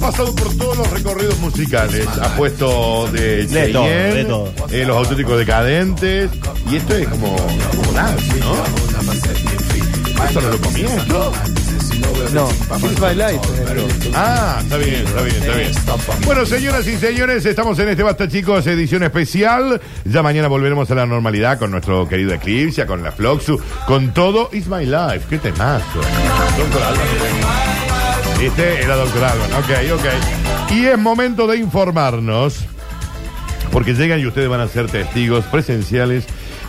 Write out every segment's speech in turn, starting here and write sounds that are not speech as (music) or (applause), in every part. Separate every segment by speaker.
Speaker 1: pasado por todos los recorridos musicales. Ha puesto de,
Speaker 2: De todo, de todo.
Speaker 1: eh, los auténticos decadentes. Y esto es como, como dance, ¿no? Esto no lo comía.
Speaker 3: No, Kiss by Life. eh,
Speaker 1: Ah, está bien, está bien, está bien. Bueno, señoras y señores, estamos en este Basta Chicos edición especial. Ya mañana volveremos a la normalidad con nuestro querido Eclipse, con la Floxu, con todo It's My Life. Qué temazo. Doctor Alban. ¿Viste? Era Doctor Alban. Ok, ok. Y es momento de informarnos, porque llegan y ustedes van a ser testigos presenciales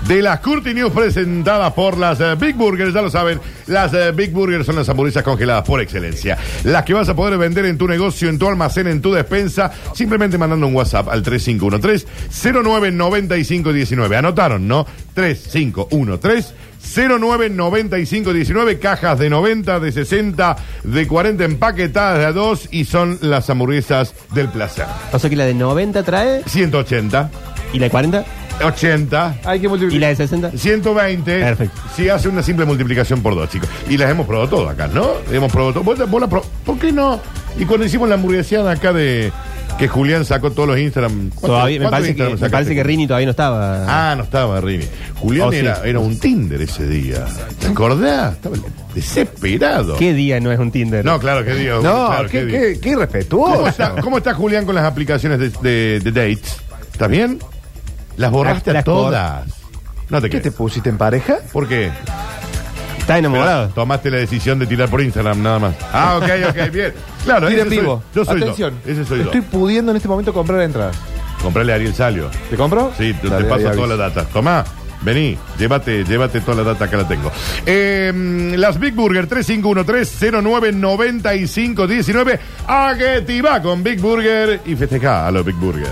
Speaker 1: de las Curti News presentadas por las eh, Big Burgers. Ya lo saben, las eh, Big Burgers son las hamburguesas congeladas por excelencia. Las que vas a poder vender en tu negocio, en tu almacén, en tu despensa, simplemente mandando un WhatsApp al 3513-099519. Anotaron, ¿no? 3513. 099519, cajas de 90, de 60, de 40 empaquetadas de a 2 y son las hamburguesas del placer.
Speaker 2: Pasó que la de 90 trae
Speaker 1: 180,
Speaker 2: y la de 40
Speaker 1: 80,
Speaker 3: Hay que
Speaker 2: y la
Speaker 3: multiplicar.
Speaker 2: de 60.
Speaker 1: 120.
Speaker 2: Perfecto.
Speaker 1: Si hace una simple multiplicación por dos, chicos. Y las hemos probado todas acá, ¿no? Hemos probado todas. ¿Vos la- vos la pro- ¿Por qué no? Y cuando hicimos la hamburgueseada acá de que Julián sacó todos los Instagram. ¿cuántos-
Speaker 2: Todavía me
Speaker 1: cuántos
Speaker 2: parece, que,
Speaker 1: Instagram
Speaker 2: me
Speaker 1: sacaste?
Speaker 2: parece que Rini todavía no estaba.
Speaker 1: Ah, no estaba Rini. Julián
Speaker 2: Oh, sí.
Speaker 1: era, era un Tinder ese día. ¿Te acordás? Estaba desesperado.
Speaker 2: ¿Qué día no es un Tinder?
Speaker 1: No, claro, que digo.
Speaker 3: No,
Speaker 1: claro,
Speaker 3: qué,
Speaker 1: que digo.
Speaker 3: qué, qué
Speaker 1: ¿Cómo
Speaker 2: Oh,
Speaker 3: irrespetuoso.
Speaker 1: está, cómo está Julián con las aplicaciones de, de- de dates? ¿Estás bien? Las borraste
Speaker 2: Las-
Speaker 1: a
Speaker 2: las bor-
Speaker 1: todas. No te
Speaker 3: ¿Qué te
Speaker 1: crees.
Speaker 3: pusiste en pareja?
Speaker 1: ¿Por qué?
Speaker 2: ¿Estás enamorado?
Speaker 1: Pero Tomaste la decisión de tirar por Instagram, nada más. Ah, ok, ok, bien. (laughs) Claro,
Speaker 3: Tira
Speaker 1: ese
Speaker 3: en
Speaker 1: soy-
Speaker 3: vivo.
Speaker 1: yo soy
Speaker 3: Atención.
Speaker 1: yo. Ese soy
Speaker 3: Estoy
Speaker 1: yo.
Speaker 3: pudiendo en este momento comprar entradas.
Speaker 1: Comprale a Ariel Salio.
Speaker 3: ¿Te compro?
Speaker 1: Sí, te, te
Speaker 3: Dale,
Speaker 1: paso
Speaker 3: ahí
Speaker 1: toda la
Speaker 3: aviso.
Speaker 1: data. Tomá, vení, llévate, llévate toda la data que la tengo. Eh, las Big Burger 3513099519 Aguetivá con Big Burger y festejá a los Big Burger.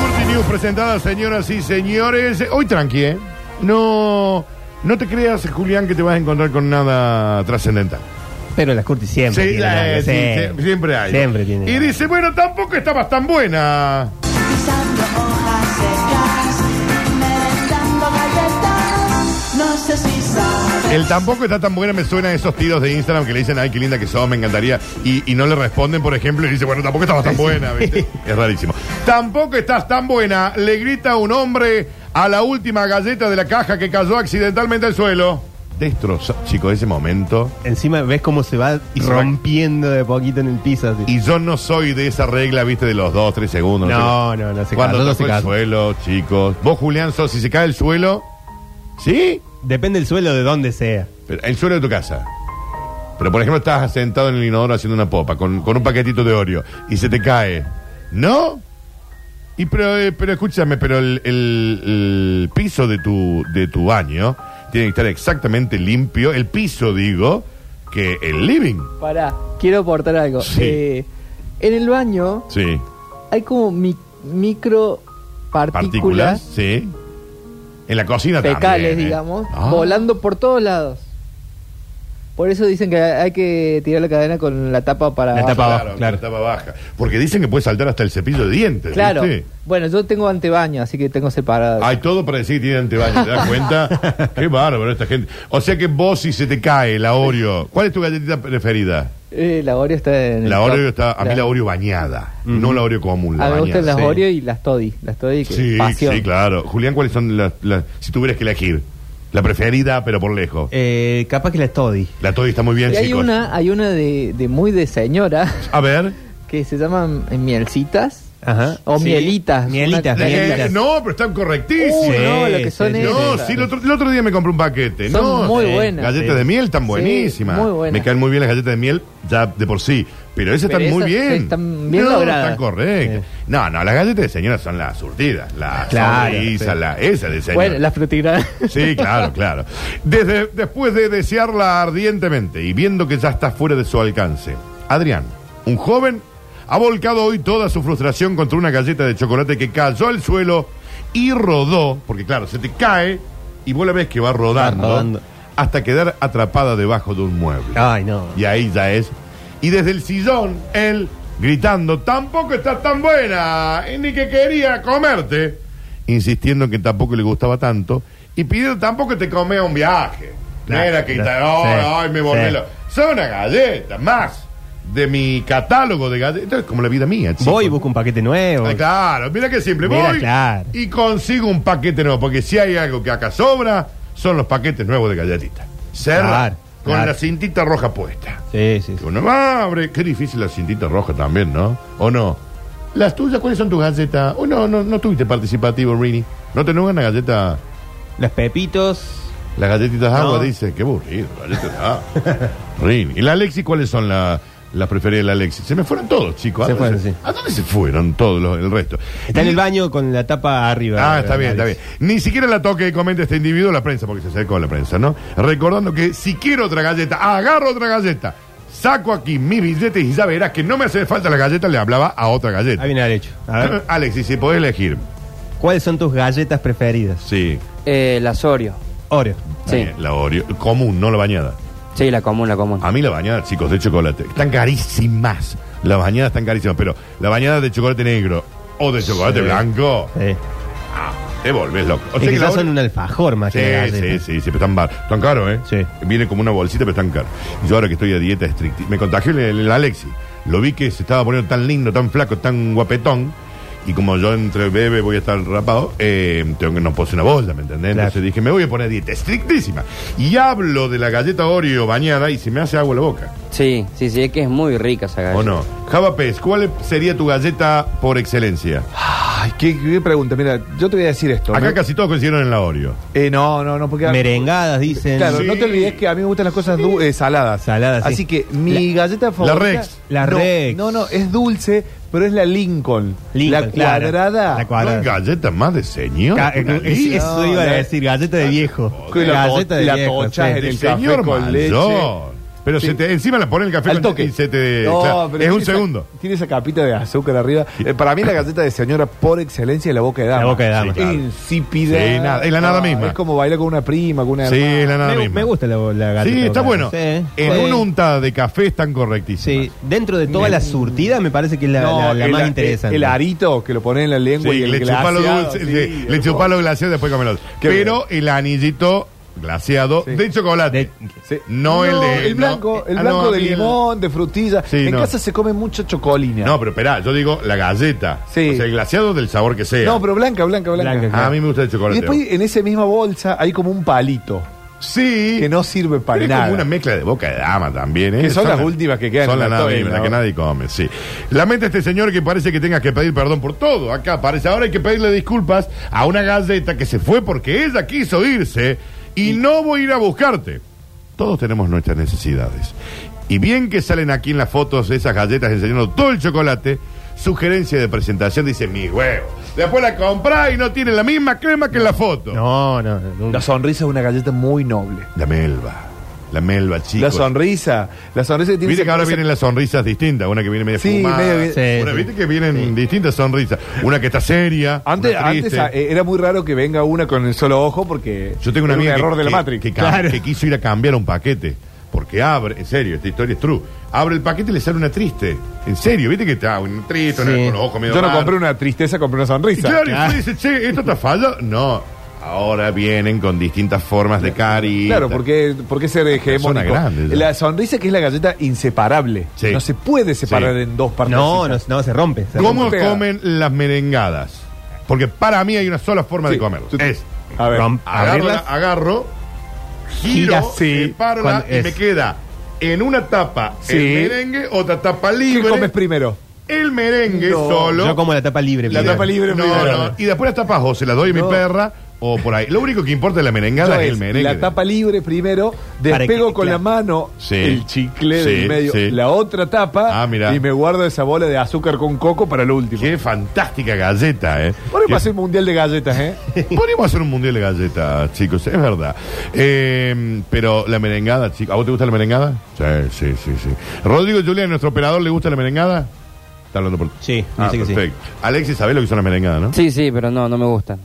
Speaker 1: Curti News presentada, señoras y señores. Hoy tranqui, ¿eh? No, no te creas, Julián, que te vas a encontrar con nada trascendental.
Speaker 2: Pero las Curtis siempre.
Speaker 1: Sí,
Speaker 2: tienen
Speaker 1: la-
Speaker 2: algo,
Speaker 1: eh, sí,
Speaker 2: siempre.
Speaker 1: sí, siempre hay.
Speaker 2: Siempre tiene.
Speaker 1: Y dice, bueno, tampoco estabas tan buena.
Speaker 4: pisando hojas secas, merendando galletas. No sé si sabes.
Speaker 1: El tampoco está tan buena me suena a esos tiros de Instagram que le dicen, ay, qué linda que sos, me encantaría. Y, y no le responden, por ejemplo, y dice, bueno, tampoco estabas tan buena,
Speaker 2: (laughs)
Speaker 1: ¿viste? Es rarísimo. Tampoco estás tan buena, le grita un hombre a la última galleta de la caja que cayó accidentalmente al suelo. Destroza, chico, ese momento.
Speaker 2: Encima ves cómo se va
Speaker 1: Y se va-
Speaker 2: rompiendo de poquito en el piso. así.
Speaker 1: Y yo no soy de esa regla, viste, de los dos, tres segundos.
Speaker 2: No,
Speaker 1: sé.
Speaker 2: no, no se
Speaker 1: Cuando
Speaker 2: cayó, no
Speaker 1: tocó
Speaker 2: se
Speaker 1: el
Speaker 2: cayó.
Speaker 1: suelo, chicos. Vos, Julián, sos, si se cae el suelo, ¿sí?
Speaker 2: Depende del suelo de donde sea.
Speaker 1: Pero el suelo de tu casa. Pero por ejemplo, estás sentado en el inodoro haciendo una popa con, con un paquetito de Oreo y se te cae. ¿No? Y pero, eh, pero escúchame, pero el, el- el piso de tu, de tu baño tiene que estar exactamente limpio, el piso digo, que el living.
Speaker 5: Pará, quiero aportar algo.
Speaker 1: Sí.
Speaker 5: Eh, en el baño
Speaker 1: Sí.
Speaker 5: hay como mi- micro
Speaker 1: Partículas,
Speaker 5: partículas
Speaker 1: sí. En la cocina
Speaker 5: fecales,
Speaker 1: también, ¿eh?
Speaker 5: digamos,
Speaker 1: Ah.
Speaker 5: volando por todos lados. Por eso dicen que hay que tirar la cadena con la tapa para...
Speaker 2: La tapa
Speaker 5: abajo.
Speaker 1: Claro,
Speaker 2: abajo, claro.
Speaker 1: la tapa baja. Porque dicen que puede saltar hasta el cepillo de dientes.
Speaker 5: Claro.
Speaker 1: ¿viste?
Speaker 5: Bueno, yo tengo antebaño, así que tengo separado.
Speaker 1: Hay todo para decir que tiene antebaño, ¿te das cuenta?
Speaker 2: (laughs)
Speaker 1: Qué bárbaro esta gente. O sea que vos si se te cae la Oreo, ¿cuál es tu galletita preferida?
Speaker 5: Eh, la Oreo está en... el
Speaker 1: La
Speaker 5: top.
Speaker 1: Oreo está, a mí la Oreo bañada, no la Oreo común, la
Speaker 5: A mí me gustan
Speaker 1: bañada.
Speaker 5: las
Speaker 2: sí.
Speaker 5: Oreo y las Toddy. Las Toddy que
Speaker 1: Sí,
Speaker 5: pasión.
Speaker 1: sí, claro. Julián, ¿cuáles son las, las- si tuvieras que elegir? La preferida, pero por lejos.
Speaker 2: Eh, capaz que la Toddy.
Speaker 1: La Toddy está muy bien,
Speaker 5: Y hay
Speaker 1: chicos.
Speaker 5: una, hay una de, de muy de señora (laughs)
Speaker 1: A ver.
Speaker 5: que se llaman eh, mielcitas.
Speaker 2: Ajá.
Speaker 5: O
Speaker 2: Sí.
Speaker 5: mielitas.
Speaker 2: Mielitas,
Speaker 5: Una-
Speaker 1: Eh,
Speaker 2: mielitas.
Speaker 1: no, pero están correctísimas.
Speaker 5: Uy, Uh, no,
Speaker 2: Sí,
Speaker 5: lo que son
Speaker 2: sí,
Speaker 5: es.
Speaker 1: No, sí, el otro, el otro día me compré un paquete.
Speaker 5: Son
Speaker 1: no,
Speaker 5: muy
Speaker 1: sí.
Speaker 5: buenas.
Speaker 1: Galletas
Speaker 2: Sí.
Speaker 1: de miel están
Speaker 5: Sí,
Speaker 1: buenísimas.
Speaker 5: muy buenas.
Speaker 1: Me caen muy bien las galletas de miel, ya de por sí. Pero esas
Speaker 5: Pero
Speaker 1: están muy
Speaker 5: esas
Speaker 1: bien.
Speaker 5: están bien
Speaker 1: no,
Speaker 5: logradas.
Speaker 1: Están correctas. No, no, las galletas de señora son las surtidas. La
Speaker 2: Claro,
Speaker 1: sonrisa,
Speaker 2: sí.
Speaker 1: la, esa de señora.
Speaker 5: Bueno, las frutigranas.
Speaker 1: Sí, claro, claro. Desde, después de desearla ardientemente y viendo que ya está fuera de su alcance, Adrián, un joven, ha volcado hoy toda su frustración contra una galleta de chocolate que cayó al suelo y rodó, porque claro, se te cae y vos la ves que va rodando,
Speaker 2: rodando.
Speaker 1: hasta quedar atrapada debajo de un mueble.
Speaker 2: Ay, no.
Speaker 1: Y ahí ya es. Y desde el sillón, él gritando, tampoco está tan buena, y ni que quería comerte, insistiendo en que tampoco le gustaba tanto, y pidiendo tampoco te comía un viaje. No
Speaker 2: Claro,
Speaker 1: era que
Speaker 2: claro.
Speaker 1: "Ay,
Speaker 2: Sí,
Speaker 1: ay, me volví
Speaker 2: sí.
Speaker 1: loco". Son una galleta más de mi catálogo de galletas, es como la vida mía. chico.
Speaker 2: Voy y busco un paquete nuevo.
Speaker 1: Ah, pues. claro, mira que simple.
Speaker 2: Mira,
Speaker 1: Voy
Speaker 2: claro.
Speaker 1: y consigo un paquete nuevo, porque si hay algo que acá sobra, son los paquetes nuevos de galletitas. Cerra
Speaker 2: Claro,
Speaker 1: con
Speaker 2: claro.
Speaker 1: la cintita roja puesta.
Speaker 2: Sí, sí,
Speaker 1: Que
Speaker 2: sí.
Speaker 1: Uno abre, qué difícil la cintita roja también, ¿no? ¿O no? ¿Las tuyas cuáles son tus galletas? Oh, no, no, no tuviste participativo, Rini. ¿No tenés una galleta?
Speaker 2: Los pepitos.
Speaker 1: Las galletitas agua,
Speaker 2: No.
Speaker 1: dice. Qué aburrido, galletas
Speaker 2: (laughs)
Speaker 1: agua. Rini. ¿Y la Alexi cuáles son la- las preferidas de la Alexi? Se me fueron todos, chicos. ¿A
Speaker 2: Se
Speaker 1: dónde
Speaker 2: fueron, sí.
Speaker 1: ¿A dónde se fueron todos los, el resto?
Speaker 2: Está en el baño con la tapa arriba.
Speaker 1: Ah, está bien, está bien. Ni siquiera la toque y comente este individuo la prensa, porque se acercó a la prensa, ¿no? Recordando que si quiero otra galleta, agarro otra galleta, saco aquí mis billetes y ya verás que no me hace falta la galleta, le hablaba a otra galleta.
Speaker 2: Ahí viene al hecho.
Speaker 1: (laughs)
Speaker 2: A ver,
Speaker 1: (clears throat) Alex, y si podés elegir.
Speaker 2: ¿cuáles son tus galletas preferidas?
Speaker 1: Sí.
Speaker 6: Eh, la Sorio.
Speaker 2: Oreo.
Speaker 6: Sí.
Speaker 1: Eh, La Oreo, común, no la bañada.
Speaker 6: Sí, la común, la común.
Speaker 1: A mí la bañada, chicos, de chocolate. Están carísimas. Las bañadas están carísimas, pero la bañada de chocolate negro o de chocolate
Speaker 2: Sí.
Speaker 1: blanco,
Speaker 2: Sí.
Speaker 1: ah, te volvés loco. O
Speaker 2: Es
Speaker 1: sea
Speaker 2: que
Speaker 1: que la
Speaker 2: ya
Speaker 1: Oreo-
Speaker 2: son un alfajor más que
Speaker 1: Sí, sí,
Speaker 2: galletas.
Speaker 1: sí, sí, pero están, bar- están caros, ¿eh?
Speaker 2: Sí.
Speaker 1: Viene como una bolsita, pero están caros. Yo ahora que estoy a dieta estricta, me contagió el, el Alexi. Lo vi que se estaba poniendo tan lindo, tan flaco, tan guapetón. Y como yo entre bebé voy a estar rapado, eh, tengo que no puse una bolla, ¿me entendés?
Speaker 2: Claro.
Speaker 1: Entonces dije, me voy a poner a dieta estrictísima. Y hablo de la galleta Oreo bañada y se me hace agua la boca.
Speaker 6: Sí, sí, sí, es que es muy rica esa galleta.
Speaker 1: ¿O no? Java Pez, ¿cuál sería tu galleta por excelencia?
Speaker 3: Ay, qué, qué pregunta. Mira, yo te voy a decir esto.
Speaker 1: Acá
Speaker 3: Me-
Speaker 1: casi todos coincidieron en la Oreo.
Speaker 3: Eh, no, no, no, porque.
Speaker 2: Merengadas, dicen.
Speaker 3: Claro,
Speaker 1: Sí.
Speaker 3: no te olvides que a mí me gustan las cosas du- eh, saladas.
Speaker 2: Saladas, sí.
Speaker 3: Así que mi galleta favorita.
Speaker 1: Rex.
Speaker 2: La
Speaker 3: no,
Speaker 2: Rex.
Speaker 3: No, no, es dulce, pero es la Lincoln.
Speaker 2: Lincoln,
Speaker 3: la
Speaker 2: claro.
Speaker 3: cuadrada.
Speaker 2: La
Speaker 1: ¿No hay
Speaker 2: cuadrada.
Speaker 1: galleta más de señor?
Speaker 2: Ca- eh,
Speaker 1: Una
Speaker 2: es-
Speaker 1: lista.
Speaker 2: eso iba a decir, galleta de viejo.
Speaker 3: Que la
Speaker 2: galleta
Speaker 3: to-
Speaker 2: de
Speaker 3: la
Speaker 2: viejo.
Speaker 3: tocha
Speaker 2: sí.
Speaker 3: en
Speaker 1: El
Speaker 3: el café
Speaker 1: señor
Speaker 3: con
Speaker 1: mayor.
Speaker 3: leche.
Speaker 1: Pero
Speaker 3: Sí.
Speaker 1: se te, encima le ponen el café
Speaker 3: Al
Speaker 1: con
Speaker 3: toque.
Speaker 1: y se te.
Speaker 3: No,
Speaker 1: claro,
Speaker 3: pero
Speaker 1: es
Speaker 3: tiene
Speaker 1: un
Speaker 3: esa-
Speaker 1: segundo.
Speaker 3: Tiene esa capita de azúcar arriba. Eh, para mí la galleta de señora por excelencia es la boca de dama.
Speaker 2: La boca de dama.
Speaker 1: Sí, claro.
Speaker 3: Insípida. Ah,
Speaker 1: Sí, nada, es la nada misma.
Speaker 3: Es como bailar con una prima, con una
Speaker 1: Sí,
Speaker 3: hermana.
Speaker 1: es la nada
Speaker 2: Me,
Speaker 1: misma.
Speaker 2: me gusta la, la galleta.
Speaker 1: Sí, está
Speaker 2: de
Speaker 1: bueno.
Speaker 2: Sí.
Speaker 1: En
Speaker 2: Sí.
Speaker 1: una untada de café están correctísimas.
Speaker 2: Sí, dentro de toda la surtida me parece que es la,
Speaker 3: No,
Speaker 2: la- la
Speaker 3: el-
Speaker 2: más
Speaker 3: el-
Speaker 2: interesante.
Speaker 3: El arito que lo ponen en la
Speaker 1: Sí,
Speaker 3: lengua y el
Speaker 1: le chupá lo
Speaker 3: glaseado,
Speaker 1: dulce,
Speaker 3: sí,
Speaker 1: sí, le
Speaker 3: hermoso.
Speaker 1: chupá lo glaseado y después comerlo.
Speaker 3: Qué
Speaker 1: Pero el anillito glaseado
Speaker 3: Sí.
Speaker 1: de chocolate.
Speaker 3: Sí.
Speaker 1: No, el de.
Speaker 3: El
Speaker 1: no.
Speaker 3: blanco, el
Speaker 1: Ah,
Speaker 3: blanco
Speaker 1: no,
Speaker 3: de
Speaker 1: y el-
Speaker 3: limón, de frutilla.
Speaker 1: Sí,
Speaker 3: en
Speaker 1: no.
Speaker 3: casa se come mucho chocolina.
Speaker 1: No, pero esperá, yo digo la galleta.
Speaker 3: Sí.
Speaker 1: O sea, el glaseado del sabor que sea.
Speaker 3: No, pero blanca, blanca, blanca.
Speaker 2: Blanca,
Speaker 1: Ah, a mí me gusta el
Speaker 3: Y
Speaker 1: chocolate.
Speaker 3: después en esa misma bolsa hay como un palito
Speaker 1: sí.
Speaker 3: que no sirve para
Speaker 1: Pero es
Speaker 3: nada.
Speaker 1: como una mezcla de boca de dama también, ¿eh?
Speaker 3: Que son las últimas que quedan
Speaker 1: Son
Speaker 3: en
Speaker 1: las
Speaker 3: la
Speaker 1: nada
Speaker 3: tómbola,
Speaker 1: misma,
Speaker 3: ¿no?
Speaker 1: que nadie come, sí. Lamenta este señor que parece que tenga que pedir perdón por todo. Acá parece ahora hay que pedirle disculpas a una galleta que se fue porque ella quiso irse y, no voy a ir a buscarte. Todos tenemos nuestras necesidades. Y bien que salen aquí en las fotos esas galletas enseñando todo el chocolate, sugerencia de presentación dice, mi huevo. Después la comprás y no tiene la misma crema que en la foto.
Speaker 2: No, no, no, nunca.
Speaker 3: La sonrisa es una galleta muy noble.
Speaker 1: La melva. La melva, chicos.
Speaker 3: La sonrisa, la sonrisa que tiene
Speaker 1: Viste
Speaker 3: esa-
Speaker 1: que ahora
Speaker 3: esa-
Speaker 1: vienen las sonrisas distintas, una que viene medio
Speaker 3: Sí,
Speaker 1: fumada.
Speaker 3: medio-
Speaker 2: Sí,
Speaker 1: Una,
Speaker 2: sí.
Speaker 1: viste que vienen distintas sonrisas. Una que está seria.
Speaker 3: Antes,
Speaker 1: una
Speaker 3: antes
Speaker 1: triste.
Speaker 3: a- eh, era muy raro que venga una con el solo ojo porque
Speaker 1: Yo tengo una
Speaker 3: era
Speaker 1: amiga
Speaker 3: un error
Speaker 1: que,
Speaker 3: de la
Speaker 1: que-
Speaker 3: Matrix.
Speaker 1: que, cam- que quiso ir a cambiar un paquete. Porque abre, en serio, esta historia es true. Abre el paquete y le sale una triste. En serio, viste que está una triste, una
Speaker 2: Sí.
Speaker 1: con los ojos medio
Speaker 3: Yo no
Speaker 1: raros.
Speaker 3: compré una tristeza, compré una
Speaker 1: Y
Speaker 3: sonrisa.
Speaker 1: claro, y después dice, che, ¿esto está falla? No. Ahora vienen con distintas formas de cari.
Speaker 3: Claro, porque, porque ser
Speaker 1: persona
Speaker 3: hegemónico.
Speaker 1: grande, ya.
Speaker 3: la sonrisa que es la galleta inseparable.
Speaker 1: Sí.
Speaker 3: No se puede separar
Speaker 1: Sí.
Speaker 3: en dos partes.
Speaker 2: No, no, no, se rompe. se
Speaker 1: ¿Cómo
Speaker 3: pega.
Speaker 1: comen las merengadas? Porque para mí hay una sola forma
Speaker 3: Sí.
Speaker 1: de comerlo.
Speaker 3: Tú-
Speaker 1: Es
Speaker 3: A ver.
Speaker 2: Rompe.
Speaker 1: agarro, la-
Speaker 2: Abrirlas.
Speaker 1: agarro giro,
Speaker 2: Giras,
Speaker 1: sí,
Speaker 2: sí.
Speaker 1: separo la-
Speaker 2: Cuando-
Speaker 1: y
Speaker 2: es.
Speaker 1: me queda en una tapa
Speaker 3: Sí.
Speaker 1: el merengue, otra tapa
Speaker 3: ¿Qué comes
Speaker 1: libre,
Speaker 3: primero?
Speaker 1: el merengue
Speaker 3: No.
Speaker 1: solo,
Speaker 2: Yo como la tapa libre.
Speaker 1: la
Speaker 2: primero.
Speaker 1: tapa libre, no,
Speaker 3: primero.
Speaker 1: no, y después las tapas o se las doy a mi
Speaker 3: No.
Speaker 1: perra o por ahí. Lo único que importa de la merengada
Speaker 3: Yo
Speaker 1: es
Speaker 3: es
Speaker 1: el merengue.
Speaker 3: La tapa libre primero,
Speaker 2: Para
Speaker 3: despego
Speaker 2: que-
Speaker 3: con
Speaker 2: claro.
Speaker 3: la mano
Speaker 1: Sí.
Speaker 3: el chicle
Speaker 1: Sí,
Speaker 3: del medio,
Speaker 1: sí.
Speaker 3: la otra tapa
Speaker 1: Ah, mirá.
Speaker 3: y me guardo esa bola de azúcar con coco para el último.
Speaker 1: Qué fantástica galleta, eh.
Speaker 3: Ahora
Speaker 1: Qué
Speaker 3: pasé el mundial de galletas, ¿eh?
Speaker 1: (laughs) Podríamos hacer un mundial de galletas, chicos, es verdad. Eh, pero la merengada, chicos, ¿a vos te gusta la merengada? Sí, sí, sí, sí. Rodrigo Julián, nuestro operador, ¿le gusta la merengada? Está hablando por.
Speaker 2: Sí,
Speaker 1: Ah,
Speaker 2: dice que sí.
Speaker 1: perfecto. Alexis, ¿sabés lo que son las merengadas, no?
Speaker 6: Sí, sí, pero no, no me gustan.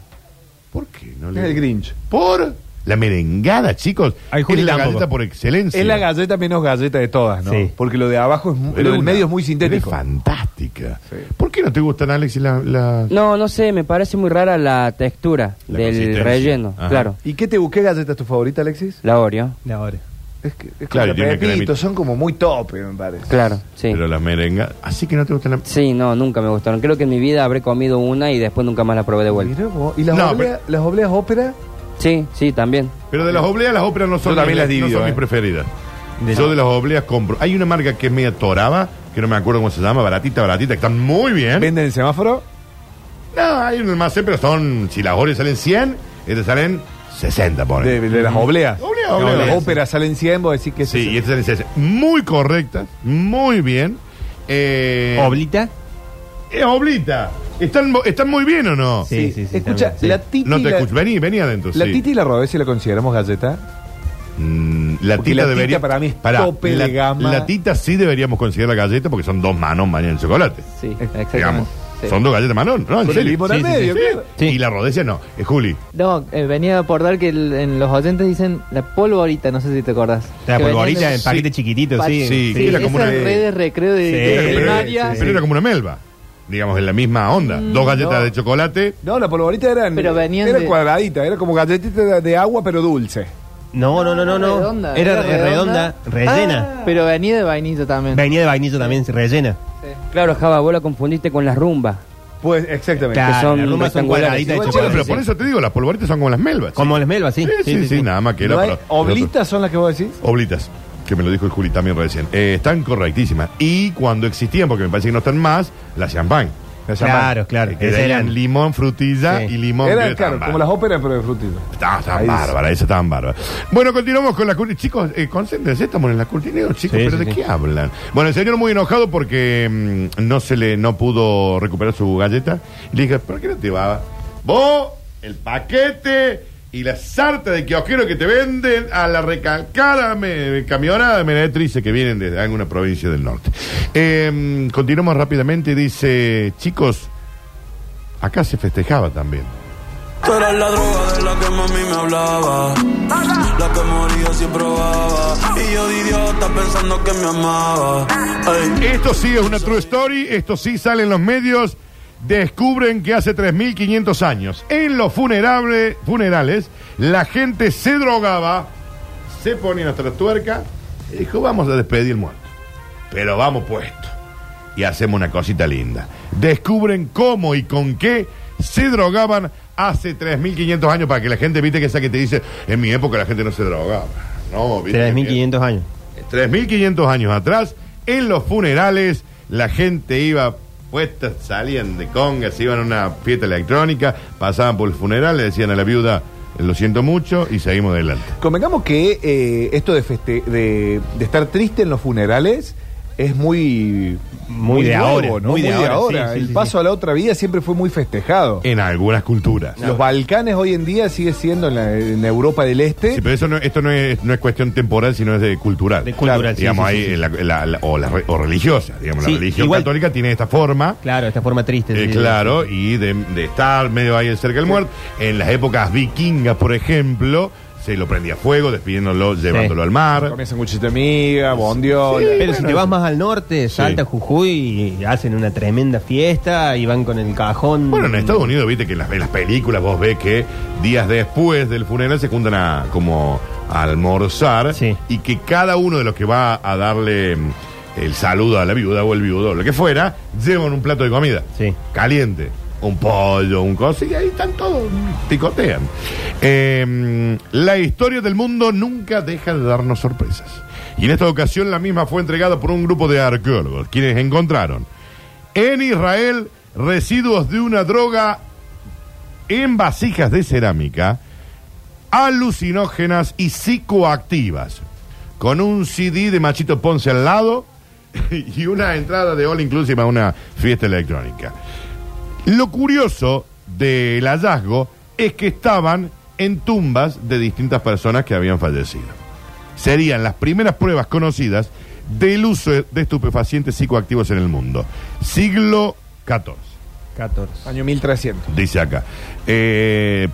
Speaker 1: ¿Por qué no
Speaker 3: Es el Grinch.
Speaker 1: Por la merengada, chicos.
Speaker 2: Al
Speaker 1: es
Speaker 2: Juli
Speaker 1: la
Speaker 2: tampoco.
Speaker 1: galleta por excelencia.
Speaker 3: Es la galleta menos galleta de todas, ¿no?
Speaker 2: Sí.
Speaker 3: Porque lo de abajo es mu-
Speaker 1: Pero
Speaker 3: lo del
Speaker 1: una-
Speaker 3: medio es muy
Speaker 1: pero
Speaker 3: sintético.
Speaker 1: Es fantástica.
Speaker 3: Sí.
Speaker 1: ¿Por qué no te gustan, Alexis, la, la-
Speaker 6: No, no sé, me parece muy rara la textura
Speaker 1: La
Speaker 6: del
Speaker 1: consistencia.
Speaker 6: relleno,
Speaker 1: Ajá.
Speaker 6: claro.
Speaker 3: ¿Y qué te busqué galleta es tu favorita, Alexis?
Speaker 6: La Oreo,
Speaker 2: La hora.
Speaker 3: Es que es
Speaker 1: Claro,
Speaker 3: claro,
Speaker 1: tiene una cremita.
Speaker 3: son como muy tope, me parece.
Speaker 6: claro, sí.
Speaker 1: Pero las merengadas. Así que no te gustan las.
Speaker 6: Sí, no, nunca me gustaron. Creo que en mi vida habré comido una y después nunca más la probé de vuelta.
Speaker 3: Mirá vos, ¿Y las,
Speaker 1: No,
Speaker 3: obleas, las obleas ópera?
Speaker 6: Sí, sí, también.
Speaker 1: Pero de las obleas, las óperas no son,
Speaker 3: Yo también
Speaker 1: mis,
Speaker 3: las divido,
Speaker 1: no son
Speaker 3: eh.
Speaker 1: mis preferidas.
Speaker 2: De
Speaker 1: Yo
Speaker 2: la-
Speaker 1: de las obleas compro. Hay una marca que es media toraba, que no me acuerdo cómo se llama, baratita, baratita, que están muy bien.
Speaker 3: ¿Venden el semáforo?
Speaker 1: No, hay un almacén, pero son. Si las obleas salen 100, estas salen 60, ponen.
Speaker 3: De, de las obleas.
Speaker 1: Obleas,
Speaker 3: No,
Speaker 1: obleas,
Speaker 3: las
Speaker 1: sí.
Speaker 3: óperas salen 100, vos decís que es
Speaker 1: Sí,
Speaker 3: ese.
Speaker 1: y estas salen 60. Muy correctas, muy bien. Eh,
Speaker 2: (laughs) ¿Oblita?
Speaker 1: Eh, oblita. ¿Están, mo- ¿Están muy bien o no?
Speaker 2: Sí, sí, sí.
Speaker 3: Escucha,
Speaker 2: también, sí.
Speaker 3: la titi.
Speaker 1: No te
Speaker 3: la,
Speaker 1: escucho. Vení, vení adentro.
Speaker 3: la
Speaker 1: sí.
Speaker 3: titi y la robé si la consideramos galleta.
Speaker 1: Mm, la
Speaker 3: Porque
Speaker 1: tita
Speaker 3: la tita
Speaker 1: debería.
Speaker 3: para mí es
Speaker 1: Pará,
Speaker 3: tope
Speaker 1: la,
Speaker 3: de gama.
Speaker 1: La tita sí deberíamos considerar la galleta porque son dos manos mañana en chocolate.
Speaker 2: Eh,
Speaker 6: Sí,
Speaker 1: Digamos.
Speaker 6: exactamente. Sí.
Speaker 1: Son dos galletas manón, ¿no? En
Speaker 3: Con el
Speaker 1: serio.
Speaker 3: limón al
Speaker 1: Sí, sí,
Speaker 3: medio,
Speaker 1: sí.
Speaker 3: claro.
Speaker 1: Sí. Y la rodecia no. Es Juli.
Speaker 5: No, eh, venía por dar que el- en los oyentes dicen la polvorita, no sé si te acordás.
Speaker 2: La
Speaker 5: Que
Speaker 2: polvorita
Speaker 5: venían
Speaker 2: en paquete chiquitito,
Speaker 5: Pa-
Speaker 2: sí.
Speaker 1: Sí,
Speaker 5: Sí,
Speaker 1: era como una-
Speaker 5: esa red de recreo de,
Speaker 2: Sí,
Speaker 5: de
Speaker 1: Pero-
Speaker 5: primaria,
Speaker 1: Pero era como una melva. Digamos, en la misma onda.
Speaker 3: Mm,
Speaker 1: dos galletas
Speaker 5: no.
Speaker 1: de chocolate.
Speaker 3: No, la polvorita eran,
Speaker 5: Pero venían
Speaker 3: era
Speaker 5: de-
Speaker 3: cuadradita, era como galletita de, de agua, pero dulce.
Speaker 2: No, no, no, no, no.
Speaker 5: redonda,
Speaker 2: era, re- redonda, rellena.
Speaker 5: Ah, pero venía de vainilla
Speaker 1: Ah.
Speaker 5: también.
Speaker 2: Venía de vainillo también, rellena.
Speaker 6: Claro, Java, vos la confundiste con las rumbas.
Speaker 3: Pues, exactamente.
Speaker 2: Claro,
Speaker 6: son
Speaker 2: la rumba son
Speaker 6: rectangulares.
Speaker 2: cuadraditas de
Speaker 1: Bueno,
Speaker 3: Bueno,
Speaker 1: pero
Speaker 2: chocolate.
Speaker 1: por eso te digo, las polvoritas son como las melvas.
Speaker 2: Como las melvas, sí.
Speaker 1: Sí, sí, sí, nada más que era
Speaker 3: ¿No hay
Speaker 1: para- para otro-
Speaker 3: ¿Oblitas son las que vos decís?
Speaker 1: Oblitas, que me lo dijo el Juli también recién. Eh, están correctísimas. Y cuando existían, porque me parece que no están más, la champán. La champán.
Speaker 2: Claro, claro.
Speaker 1: Que
Speaker 2: Esas
Speaker 1: tenían
Speaker 2: eran-
Speaker 1: limón, frutilla
Speaker 2: Sí.
Speaker 1: y limón.
Speaker 3: Eran,
Speaker 1: que
Speaker 3: claro,
Speaker 1: estaban
Speaker 3: como las óperas, pero de frutito.
Speaker 1: Está, está
Speaker 3: Ahí dice.
Speaker 1: bárbara, esa tan bárbara. Bueno, continuamos con la cortina. Chicos, eh, concéntrense, estamos en la cortina, chicos, pero ¿de qué hablan? Bueno, el señor muy enojado porque mm, no se le, no pudo recuperar su galleta. Le dije, ¿por qué no te va? Vos, el paquete y la sarta de kiosquero que te venden a la recalcada me- camionada de meretrices que vienen de alguna provincia del norte. Eh, continuamos rápidamente, dice, chicos, acá se festejaba también.
Speaker 7: Tú eras la droga de la que mami me hablaba. La que moría si probaba. Y yo de idiota pensando que me amaba. Ey.
Speaker 1: Esto sí es una true story, esto sí sale en los medios. Descubren que hace 3.500 años, en los funerable- funerales, la gente se drogaba, se ponían hasta las tuercas y dijo, vamos a despedir el muerto. Pero vamos puesto y hacemos una cosita linda. Descubren cómo y con qué se drogaban hace 3.500 años para que la gente, viste que esa que te dice, en mi época la gente no se drogaba. No, viste.
Speaker 2: 3.500 años.
Speaker 1: Eh, 3.500 años atrás, en los funerales, la gente iba puesta, salían de conga, se iban a una fiesta electrónica, pasaban por el funeral, le decían a la viuda, lo siento mucho, y seguimos adelante.
Speaker 3: Convengamos que eh, esto de, feste- de, de estar triste en los funerales es muy.
Speaker 2: Muy de ahora,
Speaker 3: ¿no?
Speaker 2: muy de ahora, sí, sí,
Speaker 3: El
Speaker 2: sí,
Speaker 3: paso
Speaker 2: sí. Eh,
Speaker 3: a la otra vida siempre fue muy festejado.
Speaker 1: En algunas culturas.
Speaker 3: Los Balcanes hoy en día sigue siendo en, la, en Europa del Este.
Speaker 1: Sí, pero eso no, esto no es, no es cuestión temporal, sino es de cultural.
Speaker 2: De cultural, sí,
Speaker 1: digamos,
Speaker 2: sí,
Speaker 1: ahí,
Speaker 2: sí, sí.
Speaker 1: la- la- la- o, la re- o religiosa. Digamos,
Speaker 2: Sí,
Speaker 1: la religión
Speaker 2: igual-
Speaker 1: católica tiene esta forma.
Speaker 2: Claro, esta forma triste.
Speaker 1: Eh,
Speaker 2: sí.
Speaker 1: claro, y de, de estar medio ahí cerca del muerto. En las épocas vikingas, por ejemplo, se lo prendía a fuego, despidiéndolo, llevándolo al mar.
Speaker 3: Comían sanguchitos de miga, bondiola.
Speaker 2: Pero si te vas más al norte, Salta, Jujuy, y hacen una tremenda fiesta y van con el cajón.
Speaker 1: Bueno, en Estados Unidos, viste que en las, en las películas vos ves que días después del funeral se juntan a como a almorzar
Speaker 2: Sí.
Speaker 1: y que cada uno de los que va a darle mm, el saludo a la viuda o el viudo o lo que fuera, llevan un plato de comida
Speaker 2: Sí.
Speaker 1: caliente, un pollo, un coso, y ahí están todos, mm, picotean. Eh, la historia del mundo nunca deja de darnos sorpresas. Y en esta ocasión la misma fue entregada por un grupo de arqueólogos, quienes encontraron en Israel residuos de una droga en vasijas de cerámica alucinógenas y psicoactivas, con un CD de Machito Ponce al lado (laughs) y una entrada de All Inclusive a una fiesta electrónica. Lo curioso del hallazgo es que estaban en tumbas de distintas personas que habían fallecido. Serían las primeras pruebas conocidas del uso de estupefacientes psicoactivos en el mundo. Siglo XIV.
Speaker 2: 14.
Speaker 3: Año 1300.
Speaker 1: Dice acá. Eh,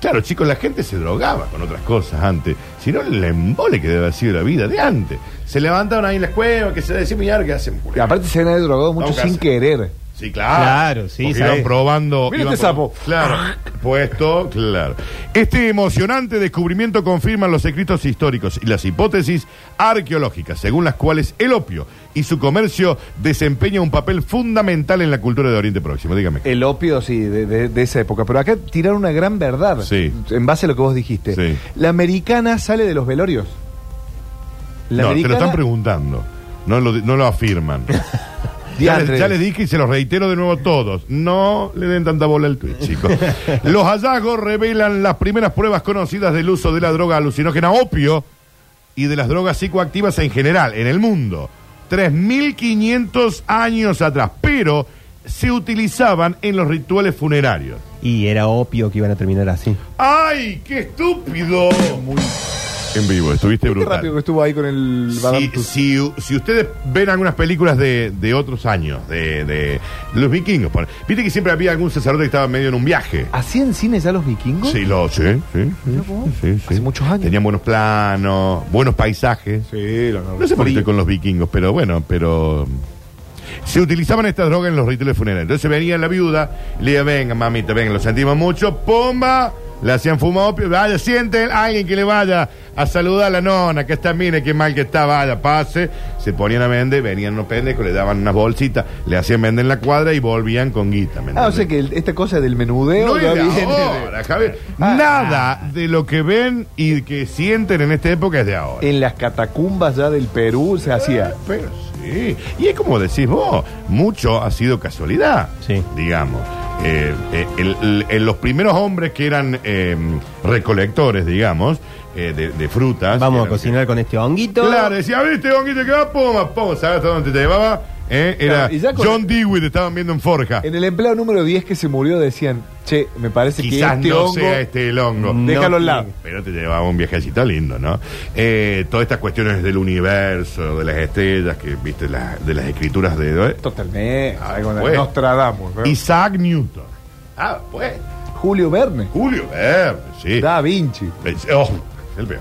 Speaker 1: claro, chicos, la gente se drogaba con otras cosas antes. Si no, el embole que debe haber sido la vida de antes. Se levantaban ahí en las cuevas, que se decían, mira, que hacen
Speaker 3: Y
Speaker 1: puré.
Speaker 3: aparte se han drogado mucho
Speaker 1: Vamos,
Speaker 3: sin
Speaker 1: casa.
Speaker 3: querer.
Speaker 1: Sí, claro.
Speaker 2: Claro, sí,
Speaker 1: Porque
Speaker 2: ¿sabes?
Speaker 1: iban probando.
Speaker 3: Mira
Speaker 1: iban
Speaker 3: este
Speaker 1: probando.
Speaker 3: sapo.
Speaker 1: Claro. Puesto, claro. Este emocionante descubrimiento confirma los escritos históricos y las hipótesis arqueológicas, según las cuales el opio y su comercio desempeña un papel fundamental en la cultura de Oriente Próximo. Dígame.
Speaker 3: El opio, sí, de, de- de esa época. Pero acá tiraron una gran verdad.
Speaker 1: Sí.
Speaker 3: En base a lo que vos dijiste.
Speaker 1: Sí.
Speaker 3: La americana sale de los velorios. La
Speaker 1: no, te
Speaker 3: americana-
Speaker 1: lo están preguntando. No lo, no lo
Speaker 3: (laughs)
Speaker 1: afirman. Ya les,
Speaker 3: Diantres.
Speaker 1: ya les dije y se los reitero de nuevo a todos. No le den tanta bola al tweet,
Speaker 3: (laughs)
Speaker 1: chicos. Los hallazgos revelan las primeras pruebas conocidas del uso de la droga alucinógena opio y de las drogas psicoactivas en general en el mundo. 3.500 años atrás, pero se utilizaban en los rituales funerarios.
Speaker 2: Y era opio que iban a terminar así.
Speaker 1: ¡Ay, qué estúpido! En vivo, estuviste
Speaker 3: Qué
Speaker 1: brutal.
Speaker 3: rápido que estuvo ahí con el Badam
Speaker 1: Si,
Speaker 3: Tus-
Speaker 1: si- si ustedes ven algunas películas de, de otros años, de, de los vikingos, pone. viste que siempre había algún sacerdote que estaba medio en un viaje.
Speaker 3: ¿Hacían cines ya los vikingos?
Speaker 1: Sí, lo, sí, sí, sí, sí, sí.
Speaker 3: Hace muchos años.
Speaker 1: Tenían buenos planos, buenos paisajes.
Speaker 3: Sí, lo
Speaker 1: No sé por qué estoy con los vikingos, pero bueno, pero. mm, Se utilizaban estas drogas en los rituales funerarios. Entonces venía la viuda, le decía, venga, mamita, venga, lo sentimos mucho, ¡pomba! Le hacían fumar opio, vaya, sienten, alguien que le vaya a saludar a la nona, que está, mire qué mal que está, vaya, pase. Se ponían a vender, venían unos pendejos, le daban unas bolsitas, le hacían vender en la cuadra y volvían con guita. ¿me
Speaker 3: Ah, o
Speaker 1: entendés?
Speaker 3: sea que el- esta cosa del menudeo
Speaker 1: No
Speaker 3: ya
Speaker 1: es de
Speaker 3: viene de-
Speaker 1: ahora, Javier.
Speaker 3: Ah.
Speaker 1: Nada de lo que ven y que sienten en esta época es de ahora.
Speaker 3: En las catacumbas ya del Perú se hacía.
Speaker 1: Ah, Pero sí. Y es como decís vos, mucho ha sido casualidad.
Speaker 2: Sí.
Speaker 1: Digamos. Eh, eh, el- el- el- los primeros hombres que eran eh, recolectores, digamos, eh, de, de frutas.
Speaker 2: Vamos a
Speaker 1: eran-
Speaker 2: cocinar con este honguito.
Speaker 1: Claro, decía, a ver este honguito que va, poma, poma, ¿sabes hasta dónde te llevaba? Eh, era
Speaker 3: Claro, y ya con-
Speaker 1: John Dewey, te estaban viendo en Forja.
Speaker 3: En el empleado número 10 que se murió decían, che, me parece
Speaker 1: Quizás
Speaker 3: que este
Speaker 1: no
Speaker 3: hongo...
Speaker 1: sea este el hongo.
Speaker 2: No
Speaker 3: Déjalo al lado.
Speaker 1: Pero te llevaba un viajecito lindo, ¿no? Eh, todas estas cuestiones del universo, de las estrellas, que viste, la- de las escrituras de...
Speaker 3: Totalmente.
Speaker 1: Ah,
Speaker 3: Ahí con la-
Speaker 1: pues.
Speaker 3: Nostradamus. ¿no?
Speaker 1: Isaac Newton. Ah, pues.
Speaker 3: Julio Verne.
Speaker 1: Julio Verne, sí.
Speaker 3: Da Vinci.
Speaker 1: Eh, Oh, el peor.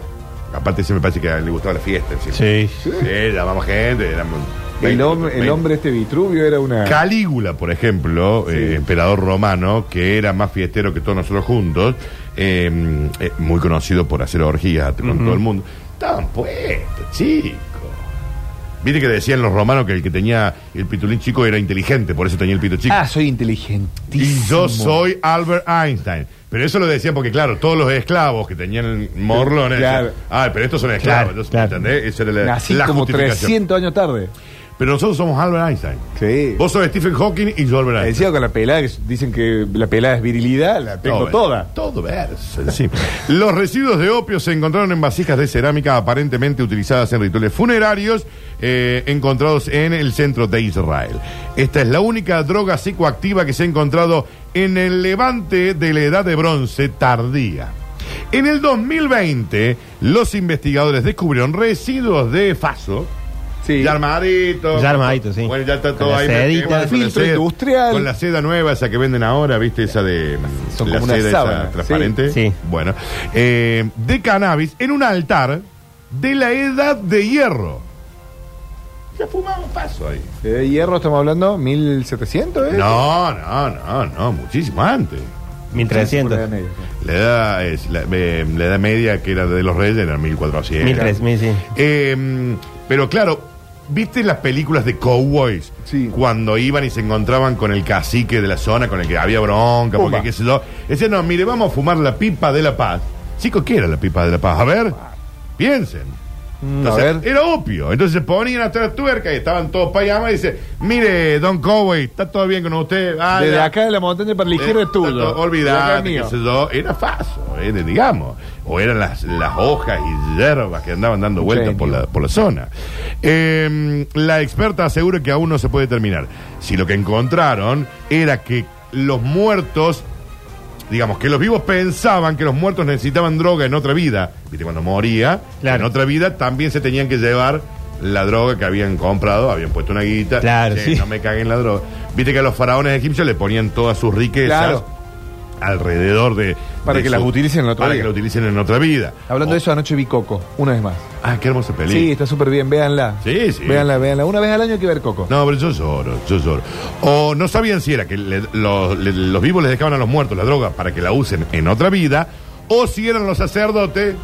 Speaker 1: Aparte, se me parece que a él le gustaba la fiesta. encima.
Speaker 2: Sí.
Speaker 1: Sí, llamamos gente. éramos
Speaker 3: El,
Speaker 1: 20,
Speaker 3: hom- el
Speaker 1: 20.
Speaker 3: hombre este Vitruvio era una...
Speaker 1: Calígula, por ejemplo, eh, emperador romano, que era más fiestero que todos nosotros juntos, eh, eh, muy conocido por hacer orgías con todo el mundo. Estaban puestos, chicos. Viste que decían los romanos que el que tenía el pitulín chico era inteligente, por eso tenía el pito chico.
Speaker 3: Ah, soy inteligente.
Speaker 1: Y yo soy Albert Einstein. Pero eso lo decían porque, claro, todos los esclavos que tenían morlones.
Speaker 3: Claro.
Speaker 1: Ah, pero estos son esclavos.
Speaker 2: Claro,
Speaker 1: entonces,
Speaker 2: claro.
Speaker 1: ¿entendés? Esa era la,
Speaker 3: Nací
Speaker 1: la
Speaker 3: como
Speaker 1: justificación.
Speaker 3: 300 años tarde.
Speaker 1: Pero nosotros somos Albert Einstein.
Speaker 3: Sí. Eh,
Speaker 1: Vos sos Stephen Hawking y yo Albert Einstein.
Speaker 3: Decía con la pelada, que dicen que la pelada es virilidad, la tengo
Speaker 1: Todo,
Speaker 3: toda.
Speaker 1: Todo verso, sí. Los residuos de opio se encontraron en vasijas de cerámica aparentemente utilizadas en rituales funerarios eh, encontrados en el centro de Israel. Esta es la única droga psicoactiva que se ha encontrado en el levante de la edad de bronce tardía. En el 2020, los investigadores descubrieron residuos de faso.
Speaker 3: Sí.
Speaker 1: Ya armadito.
Speaker 2: Ya armadito, sí.
Speaker 1: Bueno, ya está
Speaker 2: Con
Speaker 1: todo
Speaker 2: la
Speaker 1: ahí.
Speaker 2: sedita.
Speaker 1: metido, la
Speaker 3: Filtro
Speaker 1: seda-
Speaker 3: industrial.
Speaker 1: Con la seda nueva, esa que venden ahora, ¿viste? Esa de.
Speaker 3: Son
Speaker 1: la
Speaker 3: como una
Speaker 1: seda
Speaker 3: sábana,
Speaker 1: esa
Speaker 3: sí.
Speaker 1: transparente.
Speaker 2: Sí.
Speaker 1: Bueno. eh, de cannabis en un altar de la edad de hierro. Ya fumamos paso ahí.
Speaker 3: Eh, hierro estamos hablando, 1700, ¿eh?
Speaker 1: No, no, no, no. Muchísimo antes.
Speaker 2: 1300.
Speaker 1: La edad, es, la, eh, la edad media que era de los reyes era 1400.
Speaker 2: 1300, sí.
Speaker 1: Eh, pero claro, ¿viste las películas de cowboys?
Speaker 3: Sí.
Speaker 1: Cuando iban y se encontraban con el cacique de la zona, con el que había bronca,
Speaker 3: Pumba.
Speaker 1: porque qué sé yo. Decían, no, mire, vamos a fumar la pipa de la paz. Chicos, ¿qué era la pipa de la paz? A ver, piensen.
Speaker 3: Mm, a
Speaker 1: Entonces,
Speaker 3: ver.
Speaker 1: Era opio. Entonces se ponían hasta la tuerca y estaban todos payama y dice, mire, don Cowboy, está todo bien con usted. Ah,
Speaker 3: Desde
Speaker 1: ya.
Speaker 3: acá de la montaña para la izquierda
Speaker 1: Eh,
Speaker 3: es tuyo.
Speaker 1: Olvidar,
Speaker 3: Y acá es mío.
Speaker 1: era faso, eh, digamos. O eran las, las hojas y hierbas que andaban dando vueltas
Speaker 3: Genio.
Speaker 1: por la, por la zona. Eh, la experta asegura que aún no se puede terminar. Si lo que encontraron era que los muertos. Digamos que los vivos pensaban que los muertos necesitaban droga en otra vida. Viste, cuando moría,
Speaker 2: Claro.
Speaker 1: en otra vida también se tenían que llevar la droga que habían comprado, habían puesto una guita.
Speaker 2: Claro,
Speaker 1: Che,
Speaker 2: sí.
Speaker 1: No me caguen la droga. Viste que a los faraones egipcios le ponían todas sus riquezas
Speaker 3: Claro.
Speaker 1: alrededor de.
Speaker 3: Para
Speaker 1: de
Speaker 3: que las utilicen en otra
Speaker 1: Para
Speaker 3: vida.
Speaker 1: que las utilicen en otra vida.
Speaker 3: Hablando
Speaker 1: Oh,
Speaker 3: de eso, anoche vi Coco, una vez más.
Speaker 1: Ah, qué hermosa película.
Speaker 3: Sí, está súper bien, véanla.
Speaker 1: Sí, sí.
Speaker 3: Véanla, véanla. Una vez al año hay que ver Coco.
Speaker 1: No, pero yo lloro, yo lloro. O no sabían si era que le- los, le- los vivos les dejaban a los muertos la droga para que la usen en otra vida, o si eran los sacerdotes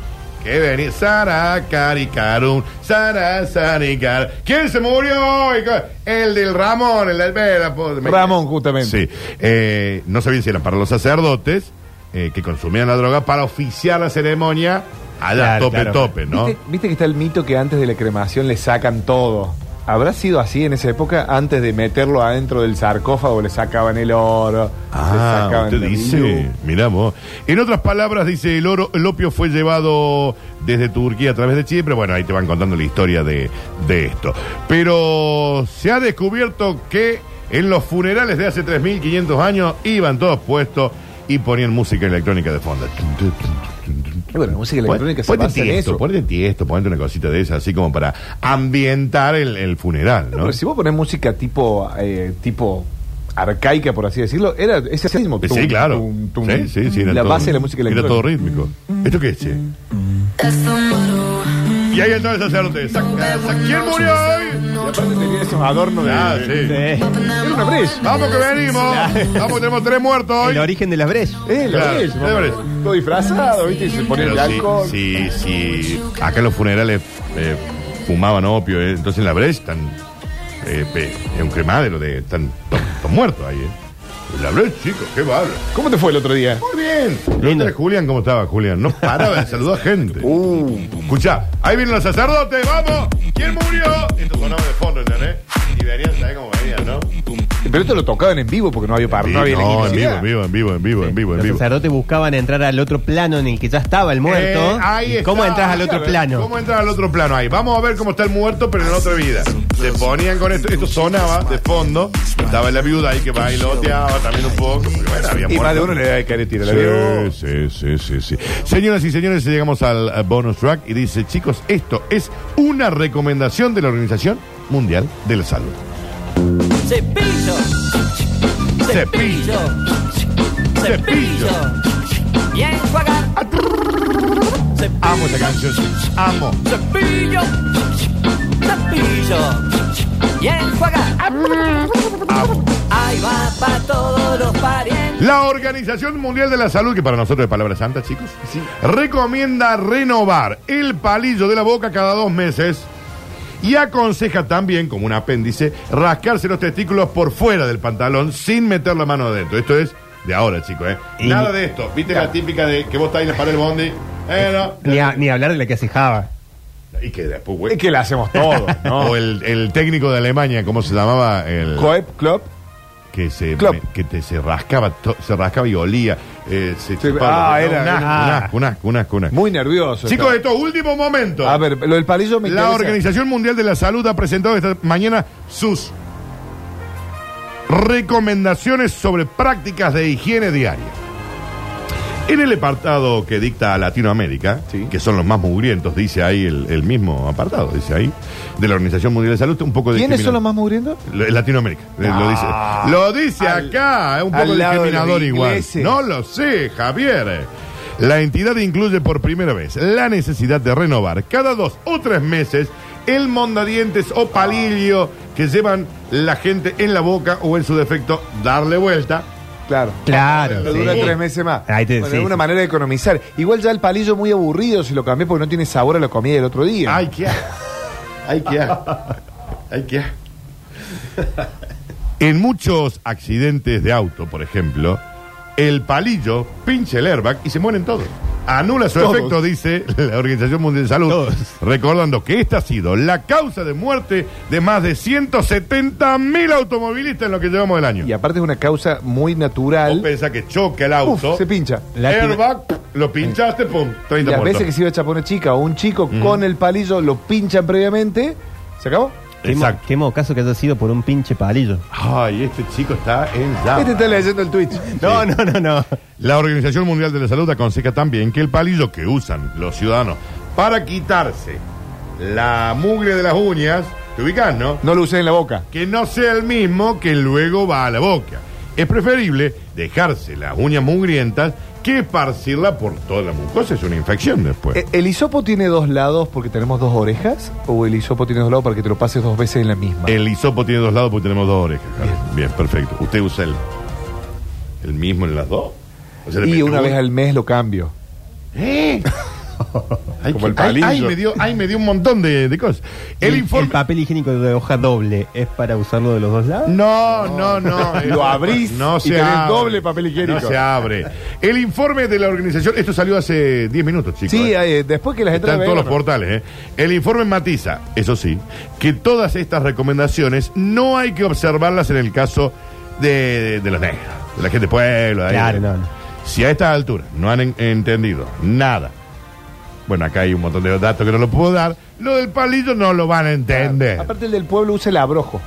Speaker 1: que venían. Sara, cari, carum, Sara, sari, car. ¿Quién se murió? hoy? El del Ramón, el del Vela, po- me-
Speaker 3: Ramón, justamente.
Speaker 1: Sí. Eh, no sabían si eran para los sacerdotes eh, que consumían la droga para oficiar la ceremonia allá,
Speaker 2: Claro,
Speaker 1: tope,
Speaker 2: claro.
Speaker 1: tope,
Speaker 2: (laughs)
Speaker 1: ¿no?
Speaker 3: ¿Viste, viste que está el mito que antes de la cremación le sacan todo. ¿Habrá sido así en esa época? Antes de meterlo adentro del sarcófago le sacaban el oro. le
Speaker 1: Ah,
Speaker 3: sacaban
Speaker 1: usted
Speaker 3: el
Speaker 1: dice,
Speaker 3: hindú.
Speaker 1: mirá vos. En otras palabras, dice, el, oro, el opio fue llevado desde Turquía a través de Chipre. Bueno, ahí te van contando la historia de, de esto. Pero se ha descubierto que en los funerales de hace 3.500 años iban todos puestos y ponían música electrónica de fondo.
Speaker 3: Y Bueno, la música electrónica se
Speaker 1: Ponete
Speaker 3: basa en
Speaker 1: tiesto,
Speaker 3: eso.
Speaker 1: ponete tiesto, ponete una cosita de esa, así como para ambientar el, el funeral, ¿no?
Speaker 3: Pero si vos ponés música tipo, eh, tipo arcaica, por así decirlo, era ese mismo.
Speaker 1: Sí,
Speaker 3: Tum,
Speaker 1: claro.
Speaker 3: tum, tum.
Speaker 1: sí,
Speaker 3: Mm.
Speaker 1: sí, sí, era
Speaker 3: la
Speaker 1: todo-
Speaker 3: base de la música
Speaker 1: Era
Speaker 3: electrónica.
Speaker 1: todo rítmico. ¿Esto qué es, che? Y ahí entra el sacerdote. Saca, saca. ¿Quién murió hoy?
Speaker 3: Y aparte tenía esos adornos de...
Speaker 1: Ah, sí.
Speaker 2: Sí.
Speaker 3: Era una brecha.
Speaker 1: Vamos que venimos. Vamos, tenemos tres muertos hoy.
Speaker 2: El origen de las bres.
Speaker 3: Eh, la
Speaker 1: Claro,
Speaker 3: brecha,
Speaker 1: la
Speaker 3: mamá.
Speaker 1: brecha.
Speaker 3: Todo disfrazado, ¿viste? Y se ponía
Speaker 1: Pero
Speaker 3: el
Speaker 1: sí,
Speaker 3: alcohol.
Speaker 1: sí, sí. Acá en los funerales eh, fumaban opio, eh. entonces en la brecha están. eh, pe- es un cremadero de. Están to- todos muertos ahí, eh. La brecha, chicos, qué bárbaro.
Speaker 3: ¿Cómo te fue el otro día?
Speaker 1: Muy bien. Lo
Speaker 2: Lindo.
Speaker 1: trae Julián, ¿cómo estaba Julián? No paraba de saludar gente.
Speaker 2: Uh.
Speaker 1: Escuchá, ahí vienen los sacerdotes, vamos. ¿Quién murió? Esto sonaba de fondo, ¿entendés? Y venían, ¿sabés cómo venían, no?
Speaker 3: Pero esto lo tocaban en vivo porque no había
Speaker 2: Ah,
Speaker 3: par, no había
Speaker 1: no, en vivo,
Speaker 3: electricidad.
Speaker 1: en vivo, en vivo, en vivo, en vivo, en
Speaker 2: Los
Speaker 1: vivo.
Speaker 2: sacerdotes buscaban entrar al otro plano en el que ya estaba el muerto.
Speaker 1: Eh, ahí
Speaker 2: ¿Y ¿Cómo
Speaker 1: está,
Speaker 2: entras al otro
Speaker 1: claro,
Speaker 2: plano?
Speaker 1: ¿Cómo entras al otro plano ahí? Vamos a ver cómo está el muerto, pero en otra vida. Se ponían con esto, esto sonaba de fondo. Estaba la viuda ahí que bailoteaba también un poco. porque, bueno, había
Speaker 3: Y más de
Speaker 1: muerto.
Speaker 3: uno le da de caretira. la vio.
Speaker 1: Sí, sí, sí, sí, sí. Señoras y señores, llegamos al eh, bonus track y dice, chicos, esto es una recomendación de la Organización Mundial de la Salud.
Speaker 8: Cepillo.
Speaker 1: Cepillo. Cepillo.
Speaker 8: Y enjuagar.
Speaker 1: Amo esta canción, amo.
Speaker 8: Cepillo. Cepillo. Y enjuagar. Ahí va para todos los parientes.
Speaker 1: La Organización Mundial de la Salud, que para nosotros es palabra santa, chicos, recomienda renovar el palillo de la boca cada dos meses y aconseja también, como un apéndice, rascarse los testículos por fuera del pantalón sin meter la mano adentro. Esto es de ahora, chicos, ¿eh?
Speaker 2: Y-
Speaker 1: Nada de esto. ¿Viste la típica de que vos estás ahí en la pared del bondi? Eh, no.
Speaker 2: Ni, a- ni hablar de la que hace Java.
Speaker 1: Y que después, güey.
Speaker 3: Es que la hacemos
Speaker 1: (laughs)
Speaker 3: todo, ¿no?
Speaker 1: O el, el técnico de Alemania, ¿cómo se llamaba? El...
Speaker 3: Coep, Club.
Speaker 1: que se
Speaker 3: Klopp.
Speaker 1: que te, se rascaba to- se rascaba y olía eh, se
Speaker 3: Sí,
Speaker 1: chupaba,
Speaker 3: ah,
Speaker 1: ¿no?
Speaker 3: era-
Speaker 1: un asco,
Speaker 3: ah.
Speaker 1: un asco, un asco, un asco, un asco.
Speaker 3: Muy nervioso.
Speaker 1: chicos
Speaker 3: estaba.
Speaker 1: estos últimos momentos
Speaker 3: A ver, lo del palillo me
Speaker 1: la
Speaker 3: interesa.
Speaker 1: Organización Mundial de la Salud ha presentado esta mañana sus recomendaciones sobre prácticas de higiene diaria en el apartado que dicta a Latinoamérica,
Speaker 3: Sí.
Speaker 1: que son los más mugrientos, dice ahí el, el mismo apartado, dice ahí, de la Organización Mundial de Salud, un poco de
Speaker 3: ¿Quiénes son los más mugrientos?
Speaker 1: lo- Latinoamérica, eh, lo dice.
Speaker 3: Ah.
Speaker 1: Lo dice
Speaker 3: Al-
Speaker 1: acá, es un poco
Speaker 3: al lado de los
Speaker 1: discriminador igual.
Speaker 3: ingleses.
Speaker 1: No lo sé, Javier. La entidad incluye por primera vez la necesidad de renovar cada dos o tres meses el mondadientes o palillo que llevan la gente en la boca o en su defecto darle vuelta.
Speaker 3: Claro.
Speaker 2: Claro.
Speaker 3: Pero
Speaker 2: sí.
Speaker 3: dura tres meses más.
Speaker 2: Ahí te-
Speaker 3: Bueno,
Speaker 2: sí,
Speaker 3: es una
Speaker 2: sí.
Speaker 3: manera de economizar. Igual ya el palillo muy aburrido si lo cambié porque no tiene sabor a la comida del otro día.
Speaker 1: Ay, qué asco. Ay, qué asco. Ay, qué asco. En muchos accidentes de auto, por ejemplo, el palillo pinche el airbag y se mueren todos. Anula su
Speaker 3: Todos.
Speaker 1: efecto, dice la Organización Mundial de Salud, recordando que esta ha sido la causa de muerte de más de 170 mil automovilistas en lo que llevamos del año.
Speaker 3: Y aparte es una causa muy
Speaker 1: Vos
Speaker 3: natural.
Speaker 1: pensás que choca el auto,
Speaker 3: Uf, se pincha.
Speaker 2: Lástima.
Speaker 1: airbag, lo pinchaste, pum,
Speaker 3: Y
Speaker 1: 30
Speaker 3: las
Speaker 1: muertos.
Speaker 3: veces que se iba a echar por una chica o un chico con el palillo, lo pinchan previamente. ¿Se acabó?
Speaker 2: Qué, mo-
Speaker 1: Exacto.
Speaker 2: qué mocaso que haya sido por un pinche palillo.
Speaker 1: Ay, este chico está en llamas.
Speaker 3: Este está leyendo el Twitch.
Speaker 2: No, no, no, no.
Speaker 1: La Organización Mundial de la Salud aconseja también que el palillo que usan los ciudadanos para quitarse la mugre de las uñas, te ubicas, ¿no?
Speaker 3: No lo usé en la boca.
Speaker 1: Que no sea el mismo que luego va a la boca. Es preferible dejarse las uñas mugrientas que esparcirla por toda la mucosa. Es una infección después.
Speaker 3: ¿E- ¿El hisopo tiene dos lados porque tenemos dos orejas? ¿O el hisopo tiene dos lados para que te lo pases dos veces en la misma?
Speaker 1: El hisopo tiene dos lados porque tenemos dos orejas. Bien. Bien, perfecto. ¿Usted usa el, el mismo en las dos? O sea, le
Speaker 3: y
Speaker 1: mete
Speaker 3: una
Speaker 1: un-
Speaker 3: vez al mes lo cambio. (laughs)
Speaker 1: ¡Eh! Ay,
Speaker 3: Como el
Speaker 1: que- ay,
Speaker 3: palillo.
Speaker 1: ay, me dio, ay, me dio un montón de, de cosas. El, informe.
Speaker 2: papel higiénico de hoja doble es para usarlo de los dos lados.
Speaker 1: No, no, no.
Speaker 3: Lo abrís
Speaker 1: no
Speaker 3: y
Speaker 1: se
Speaker 3: tenés
Speaker 1: abre.
Speaker 3: doble papel higiénico.
Speaker 1: No se abre. El informe de la organización. Esto salió hace 10 minutos, chicos.
Speaker 3: Sí,
Speaker 1: eh.
Speaker 3: eh, después que la gente
Speaker 1: Están
Speaker 3: la
Speaker 1: todos los
Speaker 3: vea, ¿no?
Speaker 1: portales. ¿eh? El informe matiza, eso sí, que todas estas recomendaciones no hay que observarlas en el caso de, de los negros, de la gente de pueblo. de ahí.
Speaker 2: Claro, no, no.
Speaker 1: Si a esta altura no han en- entendido nada, bueno, acá hay un montón de datos que no lo puedo dar, lo del palillo no lo van a entender.
Speaker 3: ah, Aparte el del pueblo usa el abrojo.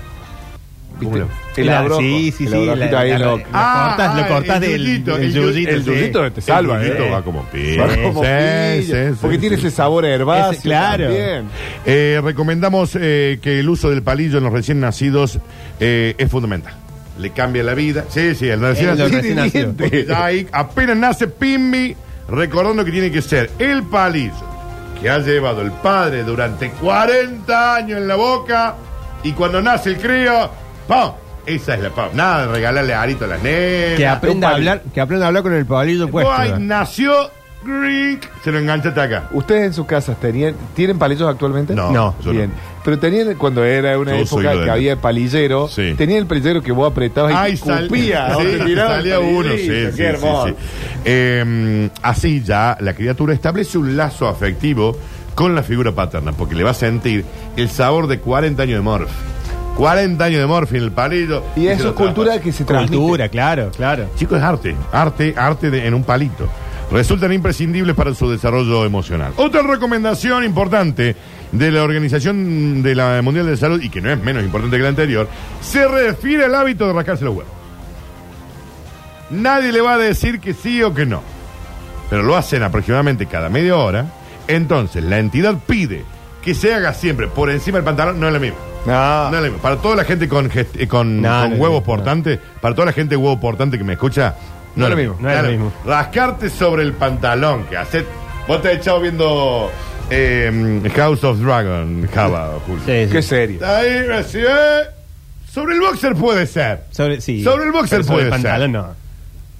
Speaker 1: ¿Cómo lo-
Speaker 3: El
Speaker 2: Claro,
Speaker 3: abrojo.
Speaker 2: sí, sí,
Speaker 3: El
Speaker 2: sí,
Speaker 3: abrojito
Speaker 2: la-
Speaker 3: ahí
Speaker 2: la-
Speaker 3: en lo-
Speaker 2: la- cortás- lo cortás del-
Speaker 1: Ah, yuyito,
Speaker 2: del yuyito,
Speaker 1: El
Speaker 3: sí.
Speaker 1: yuyito te
Speaker 3: El
Speaker 1: salva,
Speaker 3: yuyito
Speaker 1: ¿eh?
Speaker 3: va
Speaker 1: como
Speaker 3: Va como piña, porque tiene ese sabor a herbáceo.
Speaker 2: Ese- claro.
Speaker 3: también.
Speaker 1: Eh, recomendamos eh, que el uso del palillo en los recién nacidos eh, es fundamental. Le cambia la vida. Sí, sí, el recién
Speaker 2: Es lo
Speaker 1: nacido.
Speaker 2: recién nacido.
Speaker 1: Porque ya ahí apenas nace Pimbi, recordando que tiene que ser el palillo que ha llevado el padre durante 40 años en la boca y cuando nace el crío, ¡pam! Esa es la pam. Nada de regalarle arito a las nenas.
Speaker 2: Que aprenda a
Speaker 3: un palillo.
Speaker 2: hablar, que aprenda a hablar con el palillo puesto.
Speaker 1: Ay, nació Greek. Se lo enganchaste acá.
Speaker 3: ¿Ustedes en sus casas tenían, tienen palillos actualmente?
Speaker 1: No,
Speaker 2: No,
Speaker 1: yo
Speaker 3: Bien. Pero tenían, cuando era una
Speaker 1: Yo soy
Speaker 3: época
Speaker 1: lo
Speaker 3: que
Speaker 1: de-
Speaker 3: había palillero,
Speaker 1: Sí.
Speaker 3: tenían el palillero que vos apretabas y
Speaker 1: Ay,
Speaker 3: te
Speaker 1: sal-
Speaker 3: escupía,
Speaker 1: (laughs) sí,
Speaker 3: ¿no? Te tiraba el
Speaker 1: salía uno, sí,
Speaker 3: palillito,
Speaker 1: sí,
Speaker 3: qué
Speaker 1: sí,
Speaker 3: hermoso.
Speaker 1: sí. Eh, así ya la criatura establece un lazo afectivo con la figura paterna, porque le va a sentir el sabor de 40 años de morf. 40 años de morf en el palillo.
Speaker 3: Y eso
Speaker 1: se lo
Speaker 3: es cultura
Speaker 1: trapa.
Speaker 3: que se transmite.
Speaker 2: Cultura, claro, claro.
Speaker 1: Chicos, es arte. Arte, arte de- en un palito. Resultan imprescindibles para su desarrollo emocional. Otra recomendación importante de la Organización de la Mundial de Salud, y que no es menos importante que la anterior, se refiere al hábito de rascarse los huevos. Nadie le va a decir que sí o que no. Pero lo hacen aproximadamente cada media hora. Entonces, la entidad pide que se haga siempre por encima del pantalón, no es lo mismo.
Speaker 3: No.
Speaker 1: No, no, para toda la gente con, gest- eh, con,
Speaker 2: No,
Speaker 1: con
Speaker 2: no,
Speaker 1: huevos
Speaker 2: no.
Speaker 1: portantes, para toda la gente huevo portante que me escucha, no, es lo mismo.
Speaker 2: no es lo
Speaker 1: Claro,
Speaker 2: mismo.
Speaker 1: Rascarte sobre el pantalón, que haces. Vos te has echado viendo eh, House of Dragon, Java, Julio.
Speaker 2: Sí, sí.
Speaker 3: Qué serio.
Speaker 1: Ahí, así, eh, sobre el boxer puede ser.
Speaker 2: Sobre, sí.
Speaker 1: Sobre el boxer
Speaker 2: Pero sobre
Speaker 1: puede
Speaker 2: el pantalón,
Speaker 1: ser.
Speaker 2: no.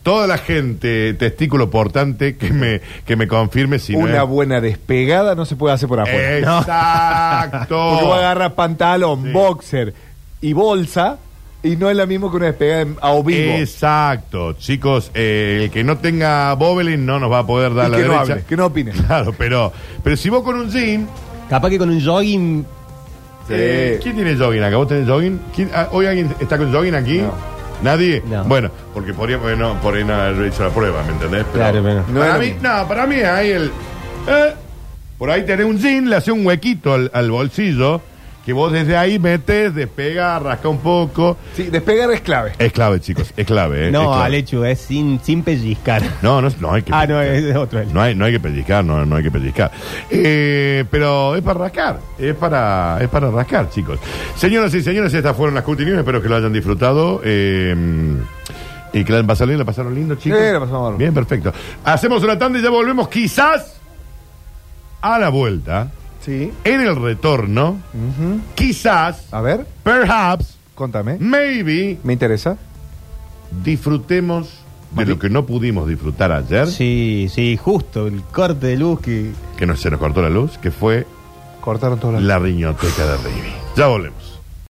Speaker 1: Toda la gente, testículo portante, que me, que me confirme si
Speaker 3: Una
Speaker 1: no.
Speaker 3: buena despegada no se puede hacer por afuera.
Speaker 1: es-
Speaker 2: No.
Speaker 1: Exacto.
Speaker 3: Porque vos agarras pantalón,
Speaker 1: Eh, Sí.
Speaker 3: boxer y bolsa y no es la misma que una despegada en- a o vivo.
Speaker 1: Exacto, chicos, eh, el que no tenga Bobelin no nos va a poder dar
Speaker 3: Y
Speaker 1: la
Speaker 3: que no
Speaker 1: derecha.
Speaker 3: hable, que no opine.
Speaker 1: (laughs) Claro, pero, pero si vos con un jean,
Speaker 2: Capaz que con un jogging.
Speaker 1: eh, ¿quién tiene jogging acá? ¿Vos tenés jogging? ¿Quién- ah, ¿Hoy alguien está con jogging aquí?
Speaker 3: No.
Speaker 1: ¿Nadie?
Speaker 2: No.
Speaker 1: Bueno, porque podría, porque no, por ahí no haber hecho la prueba, ¿me entendés? Pero
Speaker 2: Claro, pero-
Speaker 3: No
Speaker 1: para
Speaker 3: era
Speaker 1: mí,
Speaker 3: bien.
Speaker 1: no, para mí ahí el. eh, por ahí tenés un jean, le hace un huequito al, al bolsillo, que vos desde ahí metes, despega, rasca un poco.
Speaker 3: Sí, despegar es clave.
Speaker 1: Es clave, chicos, es clave, ¿eh? es
Speaker 2: no,
Speaker 1: clave.
Speaker 2: al hecho, es sin, sin pellizcar.
Speaker 1: No, no, no hay que.
Speaker 2: Ah, no,
Speaker 1: pellizcar.
Speaker 2: es de otro él.
Speaker 1: No hay, no hay que pellizcar, no, no hay que pellizcar. Eh, pero es para rascar, es para, es para rascar, chicos. Señoras y señores, estas fueron las Curti News, espero que lo hayan disfrutado. Eh, y que la han pasado bien, la pasaron lindo, chicos.
Speaker 3: Sí, la pasamos
Speaker 1: Bien, perfecto. Hacemos una tanda y ya volvemos, quizás a la vuelta,
Speaker 3: Sí.
Speaker 1: en el retorno, quizás,
Speaker 3: A ver,
Speaker 1: perhaps,
Speaker 3: contame.
Speaker 1: maybe,
Speaker 3: Me interesa.
Speaker 1: disfrutemos de lo que no pudimos disfrutar ayer,
Speaker 2: Sí, sí, justo, el corte de luz que.
Speaker 1: que no se nos cortó la luz, que fue
Speaker 3: Cortaron todas las...
Speaker 1: La riñoteca de Rivi. Ya volvemos.